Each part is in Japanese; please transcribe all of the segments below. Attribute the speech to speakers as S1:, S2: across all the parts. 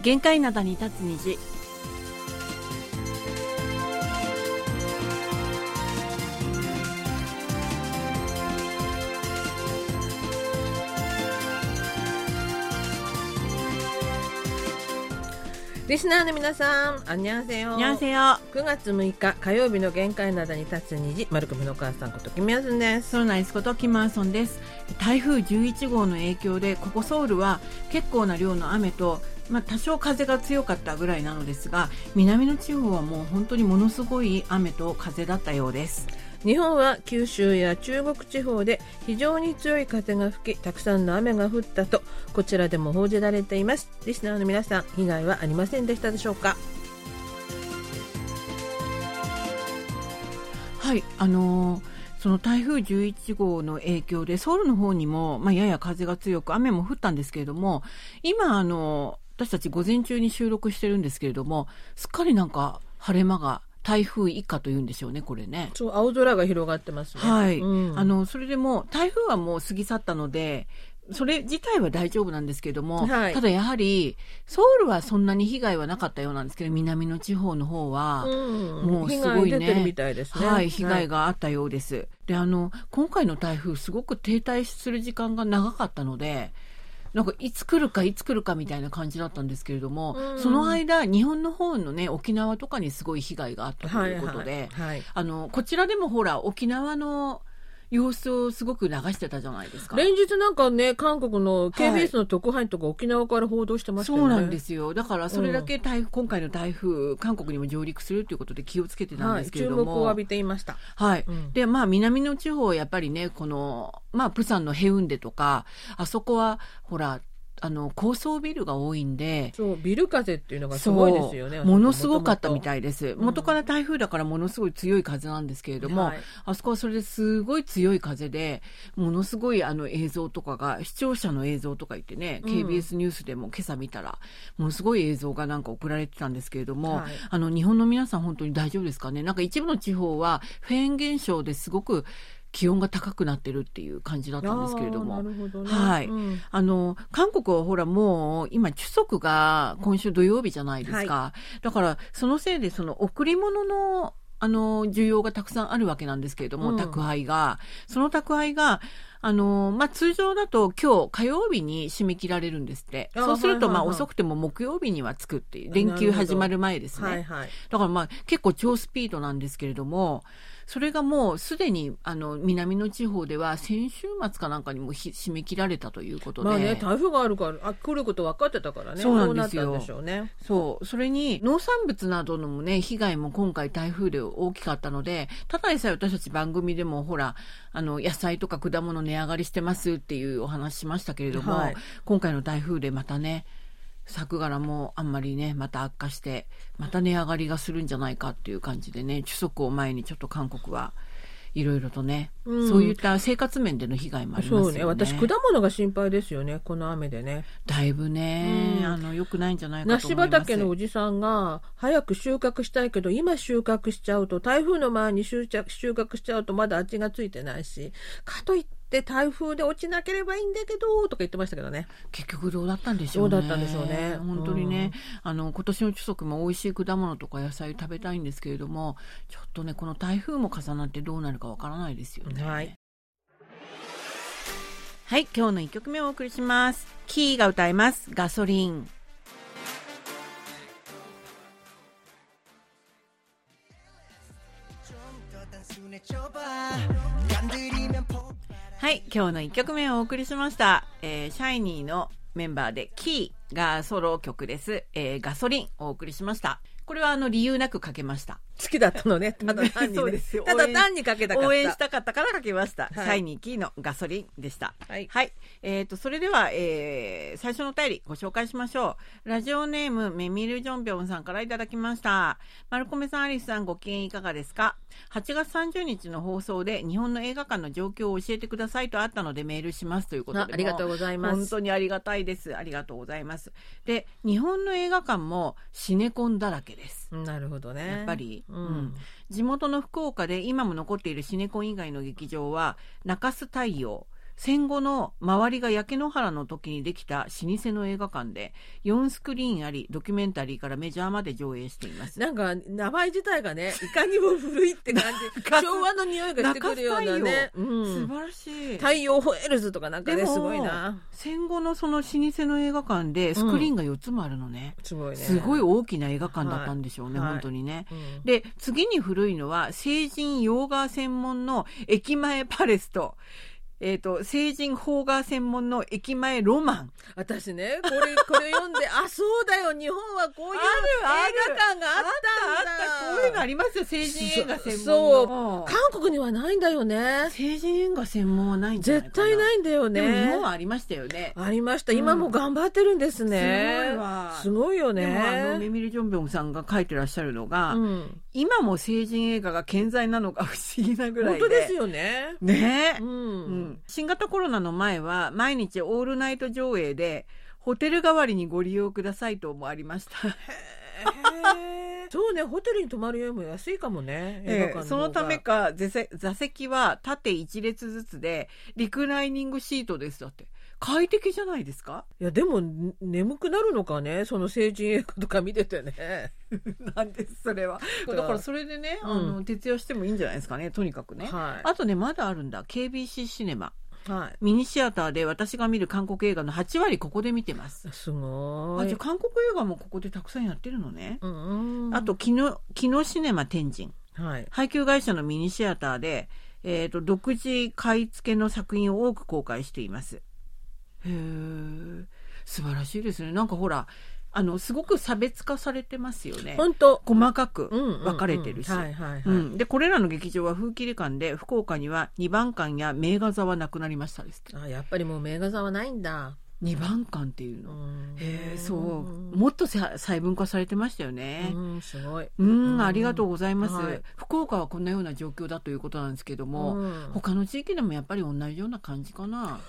S1: 限界灘に立つ虹
S2: リスナーの皆さん、あんにゃんせよ。
S1: にゃんせよ
S2: 9月6日火曜日の限界などに立つ虹、マルコムのお母さんことキムヤスンです。
S1: ソロナイスことキマーソンです台風11号の影響でここソウルは結構な量の雨と、まあ、多少風が強かったぐらいなのですが南の地方はもう本当にものすごい雨と風だったようです
S2: 日本は九州や中国地方で非常に強い風が吹き、たくさんの雨が降ったと、こちらでも報じられています。リスナーの皆さん、被害はありませんでしたでしょうか
S1: はいあのーその台風11号の影響でソウルの方にも、まあ、やや風が強く雨も降ったんですけれども今あの私たち午前中に収録してるんですけれどもすっかりなんか晴れ間が台風以下というんでしょうねこれね。
S2: そう、青空が広がってますね。
S1: はい、
S2: うん
S1: あのそれでもう台風はもう過ぎ去ったのでそれ自体は大丈夫なんですけれども、
S2: はい
S1: ただやはりソウルはそんなに被害はなかったようなんですけど南の地方の方は、
S2: うん、
S1: もうすごいね
S2: 被害出てるみたいですね。
S1: はい、被害があったようです。で、あの、今回の台風、すごく停滞する時間が長かったので、なんかいつ来るかいつ来るかみたいな感じだったんですけれども、
S2: うん
S1: その間、日本の方のね、沖縄とかにすごい被害があったと
S2: はい
S1: いうことで、
S2: はいはい
S1: あの、こちらでもほら、沖縄の様子をすごく流してたじゃないですか。
S2: 連日なんかね、韓国の
S1: はい
S2: KBS の特派員とか沖縄から報道してましたよ
S1: そ
S2: ね。
S1: うなんですよ。だから、それだけ台、今回の台風、韓国にも上陸するということで気をつけてたん
S2: は
S1: で
S2: い、
S1: すけれ
S2: 注
S1: ど
S2: 目
S1: も。
S2: を浴びていました。
S1: はい。
S2: うん
S1: で、まあ、南の地方はやっぱりね、この、まあ、プサンのヘウンデとか、あそこは、ほら、あの、高層ビルが多いんで、
S2: そう、ビル風っていうのがすごいですよね。
S1: そうものすごかったみ
S2: い
S1: たいです。
S2: 々
S1: 元から台風だからものすごい強い風なんですけれども、
S2: はい
S1: あそこはそれですごい強い風で、ものすごいあの映像とかが、視聴者の映像とか言ってね、
S2: うん
S1: KBS ニュースでも今朝見たら、ものすごい映像がなんか送られてたんですけれども、
S2: はい
S1: あの、日本の皆さん本当に大丈夫ですかねなんか一部の地方はフェーン現象ですごく気温が高くなってるっていう感じだったんですけれども。
S2: なるほどね。
S1: はい
S2: うん
S1: あの、韓国はほらもう、今、中足が今週土曜日じゃないですか。だから、そのせいで、その、贈り物の、あの、需要がたくさんあるわけなんですけれども、
S2: うん
S1: 宅配が。その宅配が、あの、まあ、通常だと今日火曜日に締め切られるんですって。
S2: あー
S1: そうすると、
S2: はい
S1: ま
S2: は
S1: あ、
S2: いはい
S1: 遅くても木曜日には着くっていう、
S2: なるほ
S1: 連
S2: ど
S1: 休始まる前ですね。
S2: はいはい。
S1: だからまあ結構超スピードなんですけれども、それがもうすでにあの南の地方では先週末かなんかにもひ締め切られたということで、
S2: まあね、台風があるから、あ、来ること分かってたからね。
S1: そうなんですよ
S2: どなったんでしょうね。
S1: そう、それに農産物などのもね、被害も今回台風で大きかったので、ただでさえ私たち番組でもほら、あの野菜とか果物値上がりしてますっていうお話しましたけれども、
S2: はい
S1: 今回の台風でまたね、作柄もあんまりね、また悪化して、また値上がりがするんじゃないかっていう感じでね、主足を前にちょっと韓国はいろいろとね、
S2: うん
S1: そういった生活面での被害もありますよね。
S2: そうね。私、果物が心配ですよね。この雨でね。
S1: だいぶね、
S2: うん
S1: あの、良くないんじゃないかと思
S2: 梨
S1: います。
S2: 畑のおじさんが早く収穫したいけど今収穫しちゃうと台風の前に収穫収穫しちゃうとまだ味がついてないしかといって台風で落ちなければいいんだけどとか言ってましたけどね
S1: 結局どうだったんでしょうね。
S2: どうだったんでしょうね
S1: 本当にね、あの、今年の中足も美味しい果物とか野菜食べたいんですけれども、ちょっとね、この台風も重なってどうなるかわからないですよね。
S2: はい。
S1: はい、今日の一曲目をお送りします。キーが歌います。ガソリン。
S3: 좀 더 단순해져봐 남들이면 포
S1: はい、今日の一曲目をお送りしました。えーシャイニーのメンバーで、キーがソロ曲です。えーガソリンをお送りしました。これはあの理由なくかけました。
S2: 好きだったのねただ単 に、
S1: そう
S2: ね
S1: ですよ、
S2: ただ単にかけたかった
S1: 応援したかったからかけました。
S2: い
S1: シャイニーキーのガソリンでした。
S2: はい
S1: えっ、と、それでは、えー最初のお便りご紹介しましょう。ラジオネーム、メミル・ジョンビョンさんからいただきました。マルコメさん、アリスさん、ご機嫌いかがですか ?8 月30日の放送で日本の映画館の状況を教えてくださいとあったのでメールしますということ
S2: あ
S1: で。
S2: ありがとうございます
S1: 本当にありがたいです。ありがとうございます。で、日本の映画館もシネコンだらけです。
S2: うんなるほどね
S1: やっぱり、
S2: うん
S1: うん地元の福岡で今も残っているシネコン以外の劇場は中洲太陽戦後の周りが焼け野原の時にできた老舗の映画館で4スクリーンありドキュメンタリーからメジャーまで上映しています
S2: なんか名前自体がねいかにも古い って感じ
S1: か
S2: 昭和の匂いがしてくるようなね、うん
S1: 素晴らしい
S2: 太陽ホエールズとかなんかねすごいな
S1: 戦後のその老舗の映画館でスクリーンが4つもあるのね、
S2: すごいね
S1: すごい大きな映画館だったんでしょうね、
S2: はい
S1: 本当にね、
S2: うん
S1: で次に古いのは成人洋画専門の駅前パレスと,、えー、と成人邦画専門の駅前ロマン
S2: 私ねこれこれ読ん であそうだよ日本はこういう映
S1: ある
S2: 画館があ
S1: あ
S2: ったんだ
S1: ったこういうのありますよ成人映画専門
S2: そう
S1: のか
S2: 韓国にはないんだよね
S1: 成人映画専門はないんじゃない
S2: 絶
S1: かな
S2: 対ないんだよ
S1: でも日
S2: ね
S1: 本はありましたよね
S2: ありました今も頑張ってるんです
S1: す
S2: ね、
S1: ごいわ
S2: すごいよね
S1: でもあのメミル・ジョンビョンさんが書いてらっしゃるのが、
S2: うん
S1: 今も成人映画が健在なのが不思議なぐらい
S2: 本
S1: で
S2: 当ですよね
S1: ね
S2: う、、
S1: うんん新型コロナの前は毎日オールナイト上映でホテル代わりにご利用くださいともありま した、
S2: へーそうねホテルに泊まるよりも安いかもね映
S1: え
S2: 画館の方が
S1: えそのためかぜせ座席は縦一列ずつでリクライニングシートですだって快適じゃないですか
S2: いやでもね眠くなるのかねその成人映画とか見ててね
S1: なんですそれは
S2: そう
S1: だからそれでね、
S2: うん
S1: あの徹夜してもいいんじゃないですかねとにかくね、
S2: はい
S1: あとねまだあるんだ KBC シネマ
S2: はい
S1: ミニシアターで私が見る韓国映画の8割ここで見てます
S2: すご
S1: あ
S2: い
S1: じゃあ韓国映画もここでたくさんやってるのね、
S2: うんうん
S1: あと木の木のシネマ天神
S2: はい
S1: 配給会社のミニシアターで、えー、と独自買い付けの作品を多く公開していますへえ素晴らしいですねなんかほらあのすごく差別化されてますよね
S2: 本当
S1: 細かく
S2: うんうんうん
S1: 分かれてるし、
S2: はいはいはい、
S1: うん、でこれらの劇場は風切り館で福岡には2番館や名画座はなくなりましたですって
S2: あやっぱりもう名画座はないんだ
S1: 2番館っていうの、へえそう
S2: うん
S1: もっとさ細分化されてましたよね、
S2: うんすごい
S1: うん、
S2: うん
S1: ありがとうございます、
S2: はい
S1: 福岡はこんなような状況だということなんですけども、
S2: うん
S1: 他の地域でもやっぱり同じような感じかな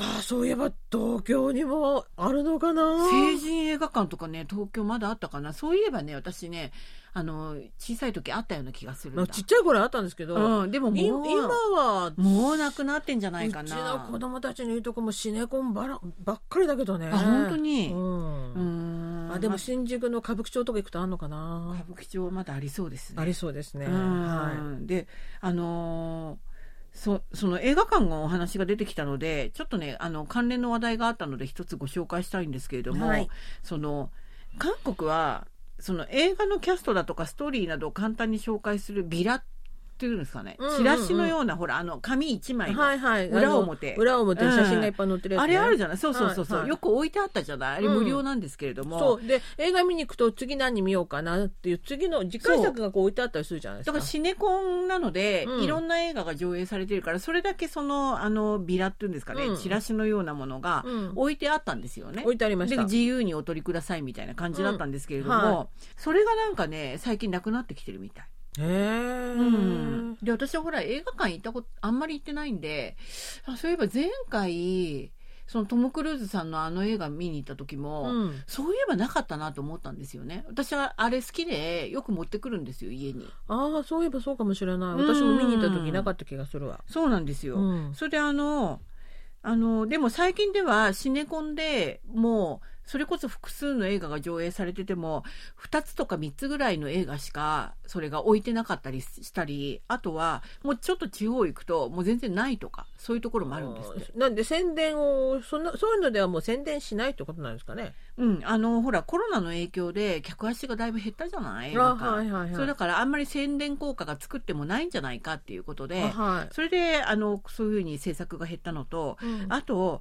S2: あそういえば東京にもあるのかな
S1: 成人映画館とかね東京まだあったかなそういえばね私ねあの小さい時あったような気がするんだ、
S2: まあちっちゃい頃あったんですけど、
S1: うん、でも
S2: い
S1: も
S2: 今
S1: う
S2: は
S1: もうなくなってんじゃないうか
S2: ち
S1: な
S2: の子供たちのいいとこもシネコンばらばっかりだけどね
S1: あ本当に
S2: うん
S1: うん
S2: あで
S1: ま
S2: も新宿の歌舞伎町とか行くとあんのかな
S1: 歌舞伎町まだありそうですね
S2: ありそうですね、
S1: うん
S2: は
S1: であのーそその映画館のお話が出てきたのでちょっとねあの関連の話題があったので一つご紹介したいんですけれども、
S2: はい
S1: その韓国はその映画のキャストだとかストーリーなどを簡単に紹介するビラっていうんですかね、
S2: うんうんうん
S1: チラシのようなほらあの紙一
S2: い、
S1: 枚の、
S2: はいはい
S1: 裏表
S2: あの裏表に写真がいっぱい載ってるやつ、
S1: あ
S2: ね
S1: れあるじゃないそうそうそうそう、
S2: はいはい
S1: よく置いてあったじゃないあれ
S2: うん
S1: 無料なんですけれども、
S2: そうで映画見に行くと次何見ようかなっていう次の次回作がこう置いてあったりするじゃないです
S1: だ
S2: か
S1: からシネコンなので、
S2: うん
S1: いろんな映画が上映されてるからそれだけそのあのビラっていうんですかね、
S2: うん
S1: チラシのようなものが
S2: うん
S1: 置いてあったんですよね。
S2: 置いてありまし
S1: で
S2: た
S1: 自由にお取りくださいみたいな感じだったんですけれども、
S2: うんは
S1: それがなんかね最近なくなってきてるみたい。
S2: へえ、
S1: うんで私はほら映画館行ったことあんまり行ってないんであそういえば前回そのトム・クルーズさんのあの映画見に行った時も、
S2: うん
S1: そういえばなかったなと思ったんですよね。私はあれ好きでよく持ってくるんですよ家に。
S2: ああそういえばそうかもしれない
S1: うん
S2: 私も見に行った時なかった気がするわ、
S1: そうなんですよ。
S2: うん
S1: それであの、あの、でも最近ではシネコンでもう、それこそ複数の映画が上映されてても、2つとか3つぐらいの映画しか、それが置いてなかったりしたり、あとは、もうちょっと地方行くと、もう全然ないとか、そういうところもあるんですって。
S2: なんで宣伝をそんなそういうのではもう宣伝しないってことなんですかね
S1: うん、あの、ほら、コロナの影響で客足がだいぶ減ったじゃない映画
S2: あ
S1: 館
S2: はいはいはい
S1: それだからあんまり宣伝効果が作ってもないんじゃないかっていうことで、
S2: あはい
S1: それで、あの、そういうふうに制作が減ったのと、
S2: うん
S1: あと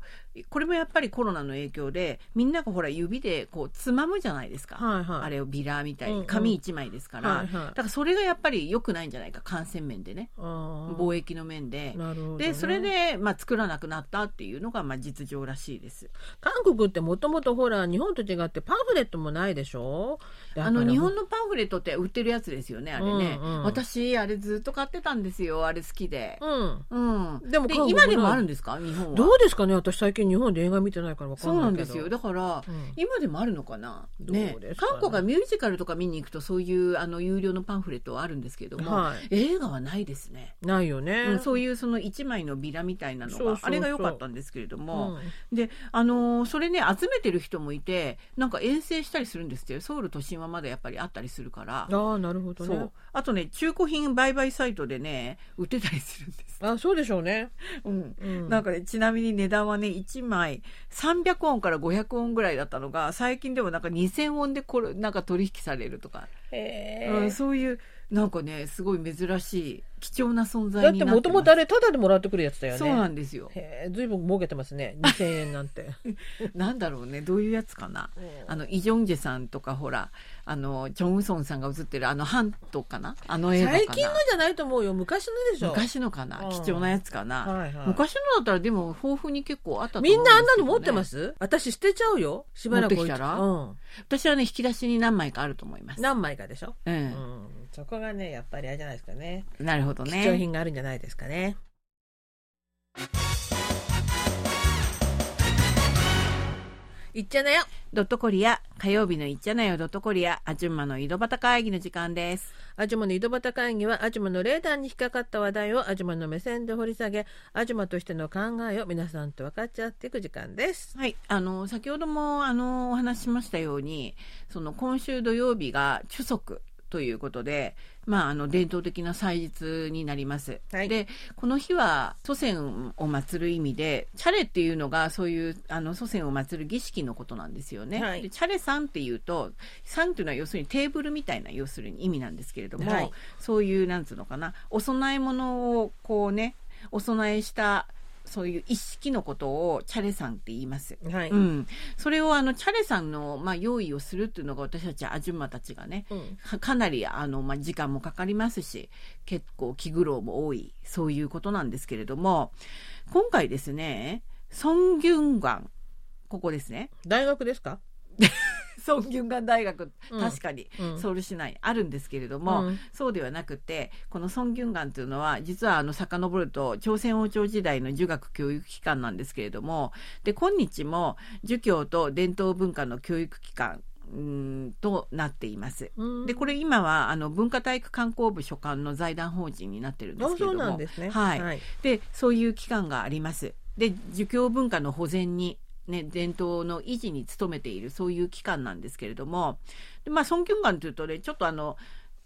S1: これもやっぱりコロナの影響でみんながほら指でこうつまむじゃないですか、
S2: はいはい
S1: あれをビラみたい
S2: うんう
S1: に
S2: ん
S1: 紙一枚ですから、
S2: はいはい
S1: だからそれがやっぱり良くないんじゃないか感染面でね
S2: あー
S1: 貿易の面で。
S2: なるほどね
S1: でそれで、まあ、作らなくなったっていうのが、まあ、実情らしいです
S2: 韓国ってもともとほら日本と違ってパンフレットもないでしょだ
S1: あ
S2: から
S1: の日本のパンフレットって売ってるやつですよねあれね、
S2: うんうん
S1: 私あれずっと買ってたんですよあれ好きで、
S2: うん
S1: うん
S2: でも韓国
S1: 今でもあるんですか日本は
S2: どうですかね私最近日本で映画見てないからわかん
S1: そうな
S2: ない
S1: ん
S2: け
S1: で
S2: ど
S1: すよだから
S2: うん
S1: 今でもあるのかな
S2: どうです
S1: ね
S2: かね
S1: 韓国はミュージカルとか見に行くとそういうあの有料のパンフレットはあるんですけれども、
S2: はい
S1: 映画はないですね、
S2: ないよね、
S1: うんそう
S2: い
S1: いうその一枚のビラみたいなのが
S2: そうそうそう
S1: あれが良かったんですけれど
S2: う
S1: も、
S2: ん
S1: であのーそれね集めてる人もいてなんか遠征したりするんですってよソウル都心はまだやっぱりあったりするから。
S2: ああなるほど
S1: そ
S2: ね
S1: うあとね中古品売買サイトでね売ってたりするんです、
S2: あそうでしょうね、
S1: うん、
S2: うん、
S1: なんかね、ちなみに値段はね、1枚300ウォンから500ウォンぐらいだったのが、最近でもなんか2000ウォンでこれ、なんか取引されるとか、
S2: へ
S1: うん、
S2: ー
S1: そういう、なんかね、すごい珍しい、貴重な存在
S2: だっ
S1: に
S2: て
S1: なっ
S2: も
S1: て
S2: と
S1: ま
S2: も
S1: す。
S2: とあれタダでもらってくるやつだよね
S1: そうなんですよ。
S2: へえずいぶん儲けてますね2000円なんて
S1: なんだろうね、どういうやつかな。あ
S2: の
S1: の、イ・ジョンジェさんとか、ほら、あの、チョン・ウソンさんが映ってる、あの、ハントかなあの映画かな
S2: 最近のじゃないと思うよ昔のでしょ
S1: 昔のかな
S2: うん
S1: 貴重なやつかな、
S2: はいはい
S1: 昔のだったら、でも、豊富に結構あったと思う
S2: みんなあんな
S1: で
S2: の持っ
S1: け
S2: て
S1: どね
S2: ます、私捨てちゃうよしばらく置い
S1: 持ってきたら
S2: うん、
S1: 私はね、引き出しに何枚かあると思います。
S2: 何枚かでしょ、
S1: う
S2: うん
S1: ん。
S2: そこがねやっぱりあれじゃないですかね
S1: なるほどね。
S2: 貴重品があるんじゃないですかねいっちゃなよ
S1: ドットコリア、火曜日のいっちゃなよドットコリア、あじゅんまの井戸端会議の時間です。
S2: アジュマの井戸端会議はアジュマのレーダーに引っかかった話題をアジュマの目線で掘り下げアジュマとしての考えを皆さんと分かち合っていく時間です。
S1: はい、あの、先ほども、あの、お話ししましたように、その、今週土曜日が、中足ということで、まあ、あの、伝統的な祭日になります。
S2: はい
S1: で、この日は、祖先を祀る意味で、チャレっていうのが、そういう、あの、祖先を祀る儀式のことなんですよね。
S2: はい
S1: でチャレさんっていうと、さんっていうのは、要するにテーブルみたいな、要するに意味なんですけれども、
S2: はい
S1: そういう、なんつうのかな、お供え物を、こうね、お供えした、そういう一式のことをチャレさんって言います。
S2: はい、
S1: うん、それをあのチャレさんの、まあ、用意をするっていうのが私たちアジュンマたちがね
S2: うん
S1: かかなりあの、まあ、時間もかかりますし結構気苦労も多いそういうことなんですけれども今回ですねソンギュンガンここですね
S2: 大学ですか、
S1: ソンギュンガン大学
S2: うん
S1: 確かに、
S2: うん
S1: ソウル市内あるんですけれども、
S2: うん
S1: そうではなくてこのソンギュンガンというのは実はあの遡ると朝鮮王朝時代の儒学教育機関なんですけれどもで今日も儒教と伝統文化の教育機関うーんとなっています。
S2: うん
S1: でこれ今はあの文化体育観光部所管の財団法人になってるんです
S2: あ
S1: けれども
S2: そうなんですね。
S1: はい
S2: はい、
S1: でそういう機関がありますで儒教文化の保全に、ね、伝統の維持に努めているそういう機関なんですけれどもでまあ孫権願というとねちょっとあの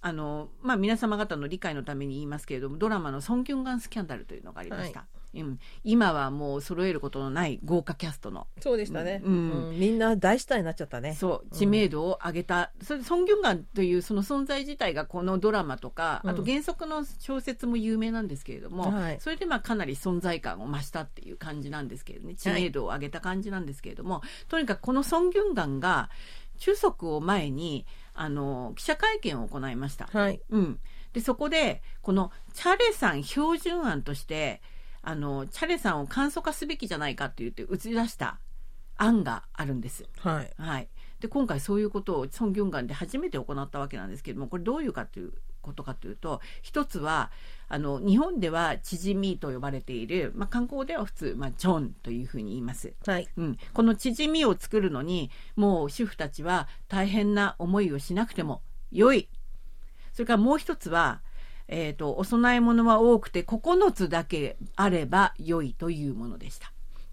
S1: あの、まあ、皆様方の理解のために言いますけれどもドラマの「孫権願スキャンダル」というのがありました、うん、今はもう揃えることのない豪華キャストの
S2: そうでしたね、
S1: う
S2: うんんみんな大スターになっちゃったね。
S1: そう
S2: うん
S1: 知名度を上げた、それでソン・ギュンガンというその存在自体がこのドラマとか、
S2: うん
S1: あと原則の小説も有名なんですけれども、
S2: はい
S1: それでまあかなり存在感を増したっていう感じなんですけれどね知名度を上げた感じなんですけれども、とにかくこのソン・ギュンガンが中足を前にあの記者会見を行いました。
S2: はい。
S1: うん、でそこでこのチャレさん標準案としてあのチャレさんを簡素化すべきじゃないかって言って打ち出した案があるんです。
S2: はい。
S1: はい、で今回そういうことをソン・ギュンガンで初めて行ったわけなんですけどもこれどういうかということかというと一つはあの日本ではチヂミと呼ばれている、まあ、観光では普通、まあ、チョンというふうに言います。
S2: はい。
S1: うん、このチヂミを作るのにもう主婦たちは大変な思いをしなくても良いそれからもう一つは、えー、とお供え物は多くて9つだけあれば良いというものでした。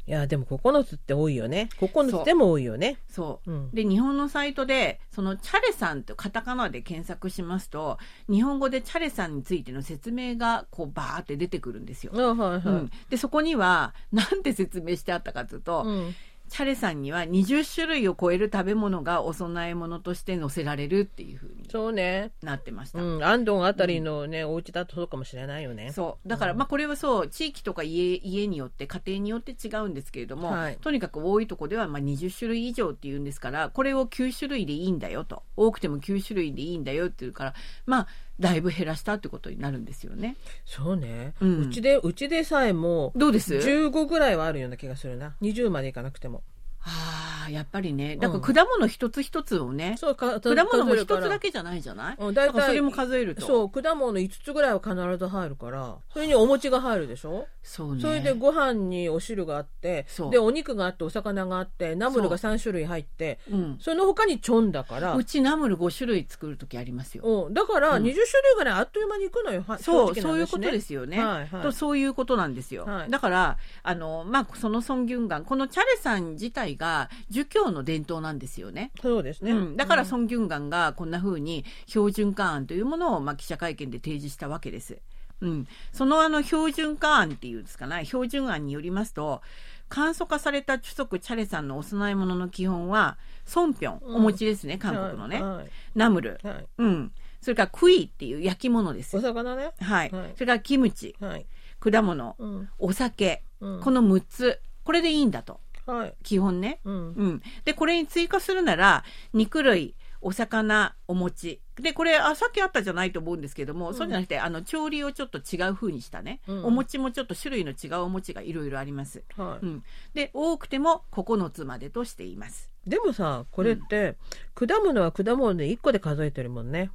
S2: いや、でも9つって多いよね。9つでも多いよね。
S1: そう
S2: うん。
S1: で日本のサイトでそのチャレさんとカタカナで検索しますと日本語でチャレさんについての説明がこうバーって出てくるんですよ。
S2: あはい
S1: うん
S2: はい。
S1: でそこにはなんて説明してあったかというと、
S2: うん
S1: チャレさんには20種類を超える食べ物がお供え物として載せられるっていう風に
S2: そうね。
S1: なってました。
S2: うん、アンドンあたりのね、お家だとそうかもしれないよね。
S1: そうだから、
S2: うん
S1: まあこれはそう地域とか家家によって家庭によって違うんですけれども、
S2: はい
S1: とにかく多いとこではまあ20種類以上っていうんですからこれを9種類でいいんだよと多くても9種類でいいんだよっていうからまあだいぶ減らしたってことになるんですよね。
S2: そうね、
S1: う
S2: うんちで、うちでさえも、
S1: どうです
S2: 15ぐらいはあるような気がするな。20までいかなくても。
S1: あーあやっぱりねだから果物一つ一つをね、
S2: そうか
S1: 果物も一つだけじゃないじゃない、
S2: うん大
S1: だからそれも
S2: 体
S1: 数えると
S2: そう果物5つぐらいは必ず入るからそれにお餅が入るでしょ
S1: そうね
S2: それでご飯にお汁があって
S1: そう
S2: でお肉があってお魚があってナムルが3種類入って
S1: うん、
S2: その他にチョンだから
S1: うちナムル5種類作る時ありますよ、
S2: うんだから
S1: うん
S2: 20種類ぐらいあっという間にいくのよ、は
S1: そう、
S2: 正直な話ね
S1: そういうことですよね、
S2: はいはい
S1: とそういうことなんですよ、
S2: はい
S1: だからあの、まあ、そのソン・ギュンガンこのチャレさん自体が儒教の伝統なんですよね
S2: そうですね、
S1: うん、だからソン・ギュンガンがこんな風に標準化案というものをまあ記者会見で提示したわけです。うん、そのあの標準化案っていうんですかね標準案によりますと簡素化された著足チャレさんのお供え物の基本はソンピョン
S2: うん
S1: お餅ですね、韓国のね、
S2: はい
S1: ナムル、
S2: はいはい
S1: うん、それからクイっていう焼き物で
S2: お
S1: す、
S2: 魚ね
S1: はい
S2: はい
S1: それからキムチ
S2: はい、
S1: 果物
S2: うん
S1: お酒
S2: うん、
S1: この6つこれでいいんだと
S2: はい、
S1: 基本ね。
S2: うん
S1: うん、でこれに追加するなら肉類お魚お餅でこれあさっきあったじゃないと思うんですけども、
S2: ん
S1: そうじゃなくてあの調理をちょっと違う風にしたね、
S2: うん
S1: お餅もちょっと種類の違うお餅がいろいろあります、
S2: は
S1: うん、で多くても9つまでとしています
S2: い、でもさこれって、果物は果物で1個で数えてるもんね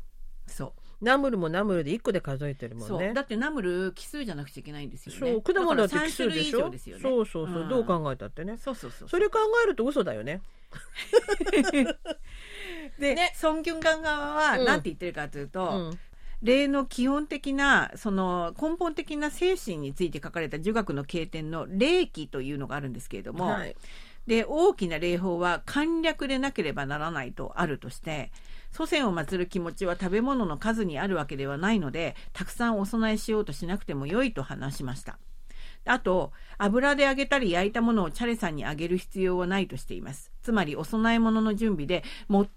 S1: そ
S2: ナムルもナムルで1個で数えてる
S1: う,、
S2: もん
S1: そ
S2: ね
S1: うだってナムル奇数じゃなくちゃいけないんですよね
S2: そう果物だって奇数でし
S1: だから3種類以上
S2: ょ
S1: ですよね
S2: そうそうそう、
S1: ん
S2: どう考えたってね
S1: そうそうそう
S2: それ考えると嘘だよね
S1: で、
S2: ね
S1: ソン・ギュンガン側は
S2: うん
S1: 何て言ってるかというと、
S2: うん
S1: 例の基本的なその根本的な精神について書かれた儒学の経典の「霊記」というのがあるんですけれども、
S2: はい
S1: で大きな霊法は簡略でなければならないとあるとして祖先を祀る気持ちは食べ物の数にあるわけではないのでたくさんお供えしようとしなくても良いと話しました。あと油で揚げたり焼いたものをチャレさんにあげる必要はないとしていますつまりお供え物の準備で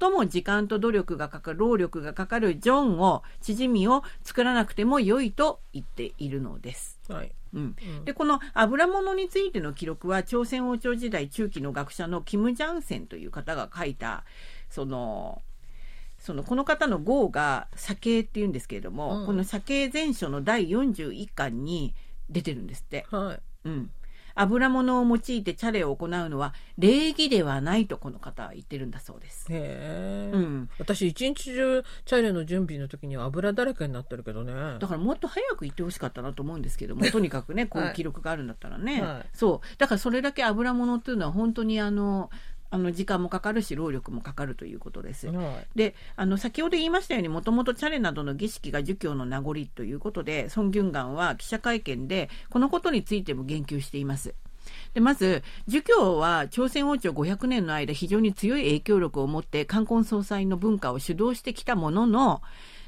S1: 最も時間と努力がかかる労力がかかるジョンを縮みを作らなくても良いと言っているのです、
S2: はい
S1: うん、
S2: うん
S1: でこの油物についての記録は朝鮮王朝時代中期の学者のキム・ジャンセンという方が書いたそのそのこの方の号が「社経」っていうんですけれども、
S2: うん
S1: この「社経全書」の第41巻に出てるんですって。
S2: はい
S1: うん油物を用いてチャレを行うのは礼儀ではないとこの方は言ってるんだそうです。
S2: へえ、
S1: うん、
S2: 私一日中チャイレの準備の時には油だらけになってるけどね
S1: だからもっと早く行ってほしかったなと思うんですけどもとにかくねこういう記録があるんだったらね、
S2: はい
S1: そうだからそれだけ油物っていうのは本当にあのあの時間もかかるし労力もかかるということです。
S2: はい
S1: であの先ほど言いましたようにもともとチャレなどの儀式が儒教の名残ということでソン・ギュンガンは記者会見でこのことについても言及しています。でまず儒教は朝鮮王朝500年の間非常に強い影響力を持って冠婚葬祭の文化を主導してきたものの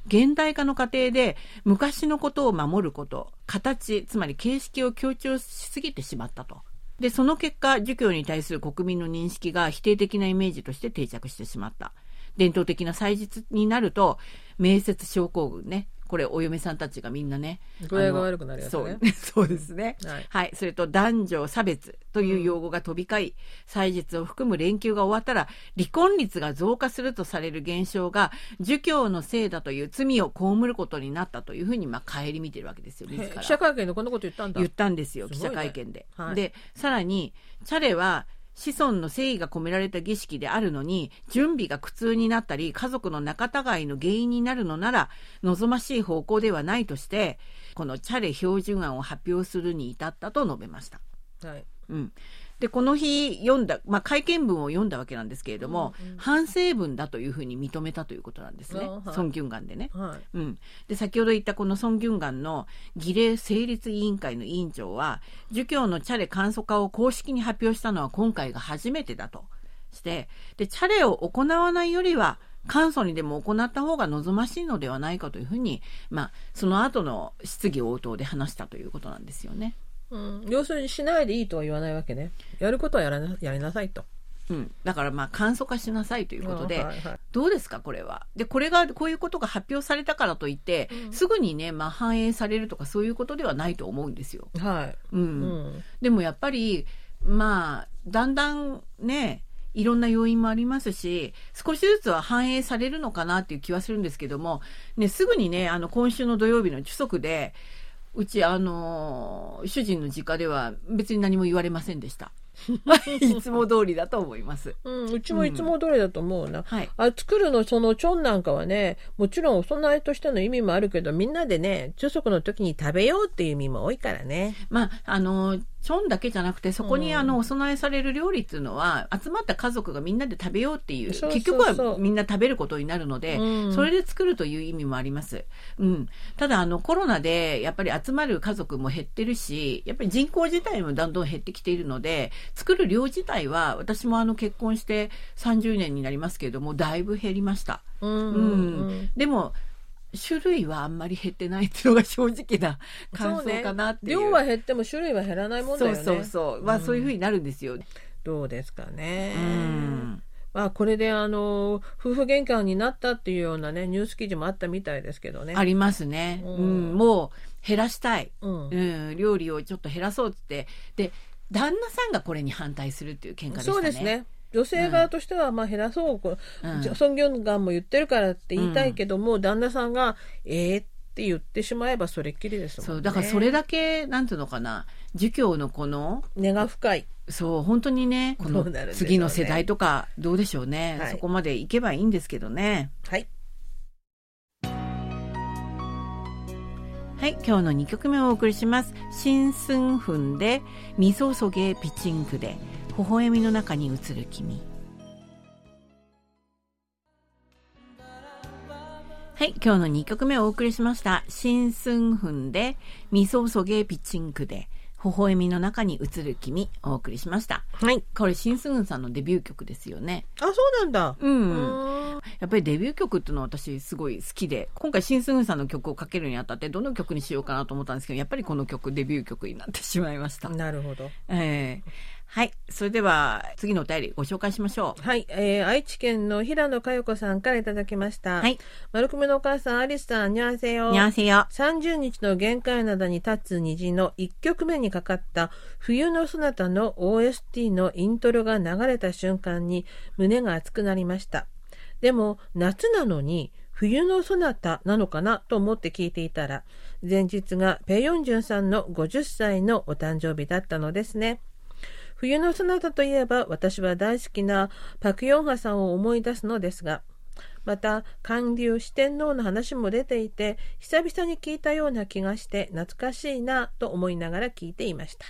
S1: 現代化の過程で昔のことを守ること形つまり形式を強調しすぎてしまったと。でその結果儒教に対する国民の認識が否定的なイメージとして定着してしまった伝統的な祭日になると名節症候群ねこれお嫁さんたちがみんなね
S2: 具合が
S1: あの
S2: 悪くなるやつ
S1: そ
S2: ね
S1: う そうですね、
S2: はい
S1: はい、それと男女差別という用語が飛び交い、歳日を含む連休が終わったら離婚率が増加するとされる現象が儒教のせいだという罪を被ることになったというふうにまあ顧みてるわけですよ
S2: へ
S1: 自ら
S2: え記者会見でこんなこと言ったんだ
S1: 言ったんですよ
S2: す
S1: 記
S2: ごいね
S1: 者会見で。
S2: はい
S1: でさらにチャレは子孫の誠意が込められた儀式であるのに準備が苦痛になったり家族の仲違いの原因になるのなら望ましい方向ではないとしてこのチャレ標準案を発表するに至ったと述べました。
S2: はい
S1: うん、でこの日読んだ、まあ、会見文を読んだわけなんですけれども、
S2: うんうん
S1: 反省文だというふうに認めたということなんですね、
S2: あはい
S1: ソン・ギュンガンでね。
S2: はい
S1: うん、で先ほど言ったこのソン・ギュンガンの儀礼成立委員会の委員長は儒教のチャレ簡素化を公式に発表したのは今回が初めてだとしてでチャレを行わないよりは簡素にでも行った方が望ましいのではないかというふうに、まあ、その後の質疑応答で話したということなんですよね。
S2: うん、要するにしないでいいとは言わないわけねやることはやらなやりなさいと
S1: うん、だからまあ簡素化しなさいとい
S2: いう
S1: ことで、
S2: はいはい
S1: どうですかこれは。でこれがこういうことが発表されたからといって、
S2: うん
S1: すぐにね、まあ、反映されるとかそういうことではないと思うんですよ。
S2: はい
S1: うん
S2: うん
S1: でもやっぱりまあだんだんねいろんな要因もありますし少しずつは反映されるのかなっていう気はするんですけども、ね、すぐにねあの今週の土曜日の著足でうちあの主人の実家では別に何も言われませんでした。 いつも通りだと思います。
S2: うん、うちもいつも通りだと思うな。
S1: はい。
S2: あ作るのそのチョンなんかはねもちろんお供えとしての意味もあるけどみんなでね昼食の時に食べようっていう意味も多いからね
S1: まあ、あの、チョンだけじゃなくて、そこに、
S2: うん
S1: あの、お供えされる料理っていうのは、集まった家族がみんなで食べようっていう、
S2: そうそうそう
S1: 結局はみんな食べることになるので、
S2: うん
S1: それで作るという意味もあります。うん。ただ、あの、コロナで、やっぱり集まる家族も減ってるし、やっぱり人口自体もだんだん減ってきているので、作る量自体は、私もあの、結婚して30年になりますけれども、だいぶ減りました。
S2: うん
S1: うんでも、種類はあんまり減ってないっていうのが正直な感想かなっていう。
S2: そうね、量は減っても種類は減らないもんだよね
S1: そうそうそう。まあ、そういうふうになるんですよ。
S2: どうですか
S1: う
S2: ね、
S1: ん。
S2: まあこれであの夫婦喧嘩になったっていうようなねニュース記事もあったみたいですけどね
S1: ありますね。
S2: う
S1: うんん。もう、減らしたい。
S2: うん
S1: うん。料理をちょっと減らそうってって。で、旦那さんがこれに反対するっていう喧嘩でしたね。
S2: そうです。ね女性側としてはまあ減らそう、こう
S1: うん
S2: 尊厳がも言ってるからって言いたいけども、旦那さんが「えー」って言ってしまえばそれっきりですもんね。
S1: そう。だからそれだけ、なんていうのかな。儒教のこの、
S2: 根が深い。
S1: そう、本当にね、こ
S2: どう
S1: の
S2: なるんでしょうね
S1: 次の世代とか、どうでしょうね。
S2: はい
S1: そこまでいけばいいんですけどね。
S2: はい。
S1: はい、今日の2曲目をお送りします。新寸粉で、みそそげピチンクで、微笑みの中に映る君。はい、今日の2曲目をお送りしました。新寸粉で、みそそげピチンクで、微笑みの中に映る君、お送りしました。
S2: はい。
S1: これ、新寸粉さんのデビュー曲ですよね。
S2: あ、そうなんだ。
S1: う。
S2: うんん。
S1: やっぱりデビュー曲っていうのは私すごい好きで、今回シンスグンさんの曲をかけるにあたってどの曲にしようかなと思ったんですけど、やっぱりこの曲デビュー曲になってしまいました。
S2: なるほど。
S1: ええはい。それでは次のお便りご紹介しましょう。
S2: はい、えー、愛知県の平野佳代子さんからいただきました。
S1: はい。
S2: マルコメのお母さん、アリスさん、あにゃんせよ。
S1: にゃんせよ。
S2: 30日の限界灘に立つ虹の1曲目にかかった冬のソナタの OST のイントロが流れた瞬間に胸が熱くなりました。でも夏なのに冬のソナタなのかなと思って聞いていたら前日がペヨンジュンさんの50歳のお誕生日だったのですね。冬のソナタといえば私は大好きなパク・ヨンハさんを思い出すのですがまた韓流四天王の話も出ていて久々に聞いたような気がして懐かしいなと思いながら聞いていました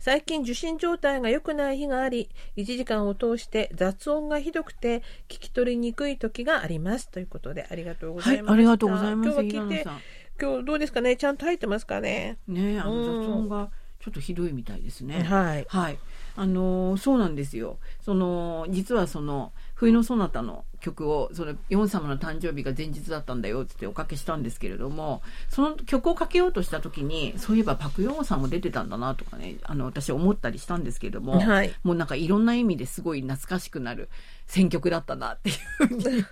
S2: 最近受信状態が良くない日があり1時間を通して雑音がひどくて聞き取りにくい時がありますということでありがとうござ
S1: はいい。
S2: ます、
S1: ありがとうございます。
S2: 今日は聞い
S1: 平野
S2: て
S1: さ
S2: 今日どうですかねちゃんと入ってますかね
S1: んねえあの
S2: うん
S1: 雑音がちょっとひどいみたいですね。
S2: はい
S1: はい。あのーそうなんですよ。その、実はその、冬のソナタの曲を、その、ヨン様の誕生日が前日だったんだよってっておかけしたんですけれども、その曲をかけようとした時に、そういえばパクヨンさんも出てたんだなとかね、あの、私思ったりしたんですけれども、
S2: はい
S1: もうなんかいろんな意味ですごい懐かしくなる選曲だったなっていうふうに。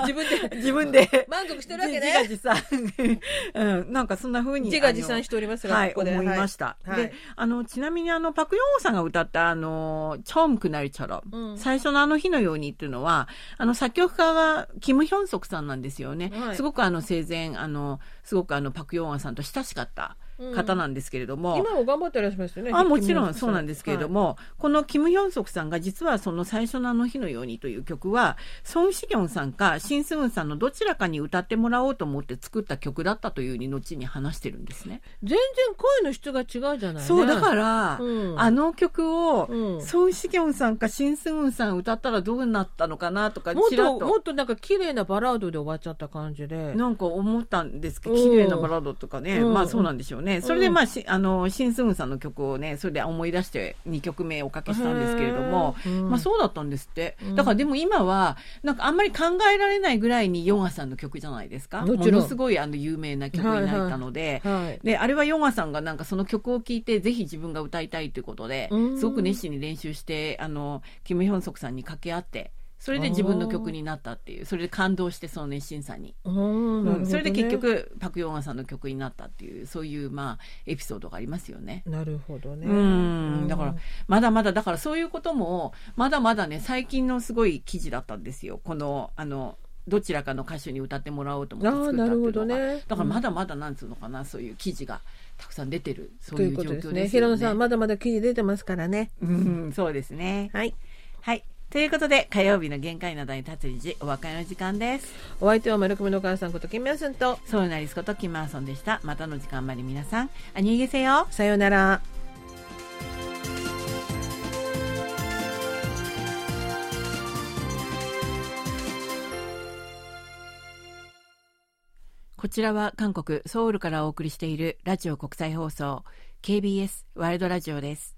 S2: 自分で
S1: 自分 で。
S2: 満足してるわけね
S1: 自画自賛。 うん、なんかそんな風に。
S2: 自画自賛しておりますが
S1: はい、
S2: ここで
S1: 思いました。
S2: はいはい
S1: で、あの、ちなみにあの、パクヨンホさんが歌った、あの、チョームクナリチャロ、
S2: うん
S1: 最初のあの日のようにっていうのは、あの、作曲家がキム・ヒョンソクさんなんですよね。
S2: はい
S1: すごくあの、生前、あの、すごくあの、パクヨンアさんと親しかった方なんですけれども、
S2: 今も頑張ってらっしゃいますよね
S1: あもちろんそうなんですけれど、も、このキム・ヒョンソクさんが実はその最初のあの日のようにという曲は、ソン・シギョンさんかシン・スウンさんのどちらかに歌ってもらおうと思って作った曲だったというふうに後に話してるんですね。
S2: 全然声の質が違うじゃない、ね、
S1: そう、だから、
S2: うん
S1: あの曲を、
S2: うん
S1: ソン・シギョンさんかシン・スウンさん歌ったらどうなったのかなとか、
S2: もっ
S1: ちらっ
S2: とも
S1: と。
S2: っとなんか綺麗なバラードで終わっちゃった感じで
S1: なんか思ったんですけど、
S2: うん
S1: 綺麗なバラードとかね、
S2: うん
S1: まあそうなんでしょうね。それでまあ、しあの、シン・スウンさんの曲をね、それで思い出して2曲目おかけしたんですけれども、
S2: へー
S1: まあそうだったんですって
S2: うん。
S1: だからでも今は、なんかあんまり考えられないぐらいにヨガさんの曲じゃないですか。
S2: も
S1: も
S2: ちろん
S1: のすごいあの有名な曲になったので、
S2: はい
S1: で、あれはヨガさんがなんかその曲を聴いて、ぜひ自分が歌いたいということで
S2: うん、
S1: すごく熱心に練習して、あの、キム・ヒョンソクさんに掛け合って、それで自分の曲になったっていう、それで感動してその熱心さに。
S2: うんなるほど
S1: うん、
S2: ね
S1: それで結局、パク・ヨンアさんの曲になったっていう、そういう、まあ、エピソードがありますよね。
S2: なるほどね
S1: うん、だか
S2: う
S1: ら
S2: ん、
S1: まだまだ、だからそういうことも、まだまだね、最近のすごい記事だったんですよ。この、あの、どちらかの歌手に歌ってもらおうと思
S2: あ
S1: っ
S2: あ
S1: て作っ
S2: ー
S1: た
S2: な
S1: って
S2: る
S1: い
S2: ほ
S1: うの
S2: ど
S1: が、
S2: ね
S1: だからまだまだなんつうのかなそういう記事がたくさん出てるそう
S2: とい
S1: いうう
S2: こ
S1: 状
S2: とです
S1: 況
S2: ね
S1: ですよね。
S2: 平野さんまだまだ記事出てますからね
S1: うん、そうですね。
S2: はい
S1: はい。ということで、火曜日の限界などに立つ日、お別れの時間です。
S2: お相手は丸組のお母さんこと金明さんと
S1: ソウルナリスことキム・アーソンでした。またの時間まで皆さん、あにげせよ。
S2: さようなら
S1: こちらは韓国ソウルからお送りしているラジオ国際放送 KBS ワールドラジオです。